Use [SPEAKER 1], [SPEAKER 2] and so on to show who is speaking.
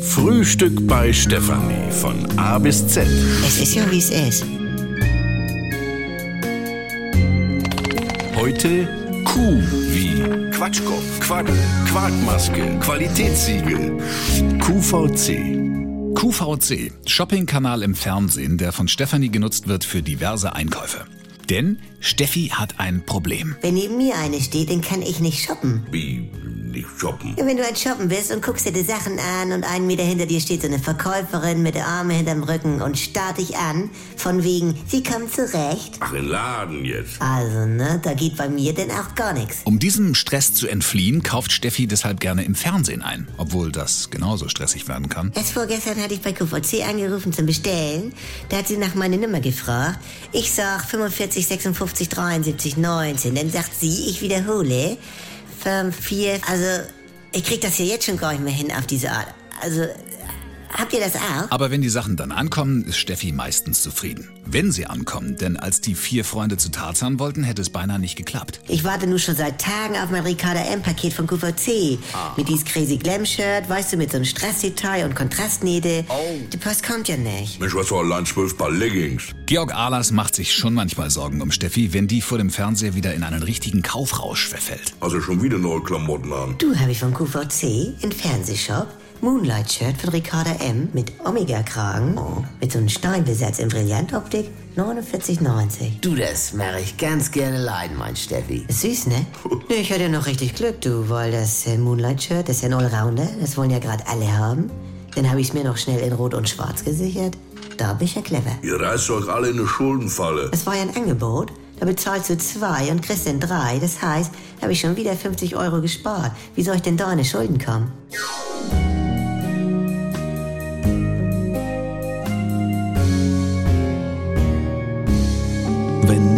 [SPEAKER 1] Frühstück bei Stefanie von A bis Z.
[SPEAKER 2] Es ist ja, wie es ist.
[SPEAKER 1] Heute Kuh wie Quatschkopf, Quaddel, Quarkmaske, Qualitätssiegel, QVC.
[SPEAKER 3] QVC, Shoppingkanal im Fernsehen, der von Stefanie genutzt wird für diverse Einkäufe. Denn Steffi hat ein Problem.
[SPEAKER 2] Wenn neben mir eine steht, dann kann ich nicht shoppen.
[SPEAKER 1] Wie nicht shoppen.
[SPEAKER 2] Ja, wenn du ein Shoppen bist und guckst dir die Sachen an und einen Meter hinter dir steht so eine Verkäuferin mit den Armen hinterm Rücken und starrt dich an, von wegen, sie kommen zurecht.
[SPEAKER 1] Ach, in Laden jetzt.
[SPEAKER 2] Also, ne, da geht bei mir denn auch gar nichts.
[SPEAKER 3] Um diesem Stress zu entfliehen, kauft Steffi deshalb gerne im Fernsehen ein, obwohl das genauso stressig werden kann.
[SPEAKER 2] Erst vorgestern hatte ich bei QVC angerufen zum Bestellen. Da hat sie nach meiner Nummer gefragt. Ich sag 45, 56, 73, 19. Dann sagt sie, ich wiederhole, 5, 4. Also, ich krieg das hier jetzt schon gar nicht mehr hin auf diese Art. Also, habt ihr das auch?
[SPEAKER 3] Aber wenn die Sachen dann ankommen, ist Steffi meistens zufrieden. Wenn sie ankommen, denn als die vier Freunde zu Tarzan wollten, hätte es beinahe nicht geklappt.
[SPEAKER 2] Ich warte nun schon seit Tagen auf mein Ricarda M-Paket von QVC. Mit dieses Crazy Glam-Shirt, weißt du, mit so einem Stressdetail und Kontrastnähte. Die Post kommt ja nicht.
[SPEAKER 1] Mensch, was war allein zwölf Paar Leggings?
[SPEAKER 3] Georg Ahlers macht sich schon manchmal Sorgen um Steffi, wenn die vor dem Fernseher wieder in einen richtigen Kaufrausch verfällt.
[SPEAKER 1] Also schon wieder neue Klamotten an.
[SPEAKER 2] Du habe ich von QVC im Fernsehshop Moonlight-Shirt von Ricarda M. mit Omega-Kragen. Mit so einem Steinbesatz in Brillantoptik. 49,90.
[SPEAKER 4] Du, das mache ich ganz gerne leiden, mein Steffi.
[SPEAKER 2] Ist süß, ne? Nee, ich hatte noch richtig Glück, du, weil das äh, Moonlight-Shirt, das ist ja ein Allrounder. Das wollen ja gerade alle haben. Dann habe ich es mir noch schnell in Rot und Schwarz gesichert. Da bin ich ja clever.
[SPEAKER 1] Ihr reißt euch alle in eine Schuldenfalle.
[SPEAKER 2] Es war ja ein Angebot. Da bezahlst du zwei und kriegst dann drei. Das heißt, da habe ich schon wieder 50 Euro gespart. Wie soll ich denn da in die Schulden kommen?
[SPEAKER 5] Wenn